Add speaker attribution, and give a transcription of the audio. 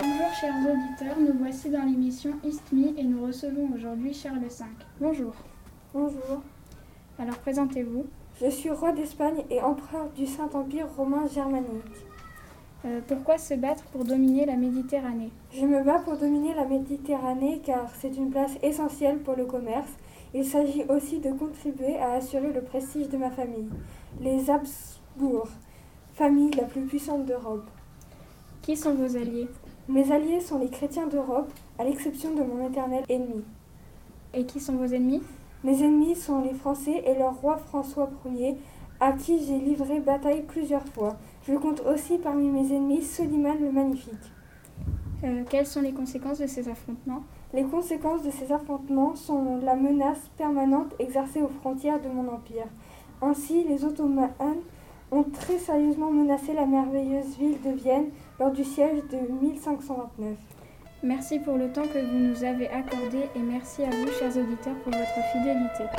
Speaker 1: chers auditeurs, nous voici dans l'émission ISTMI et nous recevons aujourd'hui Charles V. Bonjour.
Speaker 2: Bonjour,
Speaker 1: Alors présentez-vous.
Speaker 2: je suis roi d'Espagne et empereur du Saint-Empire romain germanique.
Speaker 1: Euh, pourquoi se battre pour dominer la Méditerranée
Speaker 2: Je me bats pour dominer la Méditerranée car c'est une place essentielle pour le commerce. Il s'agit aussi de contribuer à assurer le prestige de ma famille, les Habsbourg, famille la plus puissante d'Europe.
Speaker 1: Qui sont vos alliés
Speaker 2: Mes alliés sont les chrétiens d'Europe, à l'exception de mon éternel ennemi.
Speaker 1: Et qui sont vos ennemis
Speaker 2: Mes ennemis sont les Français et leur roi François Ier, à qui j'ai livré bataille plusieurs fois. Je compte aussi parmi mes ennemis Soliman le Magnifique.
Speaker 1: Euh, Quelles sont les conséquences de ces affrontements
Speaker 2: Les conséquences de ces affrontements sont la menace permanente exercée aux frontières de mon empire. Ainsi, les Ottomans ont très sérieusement menacé la merveilleuse ville de Vienne lors du siège de 1529.
Speaker 1: Merci pour le temps que vous nous avez accordé et merci à vous, chers auditeurs, pour votre fidélité.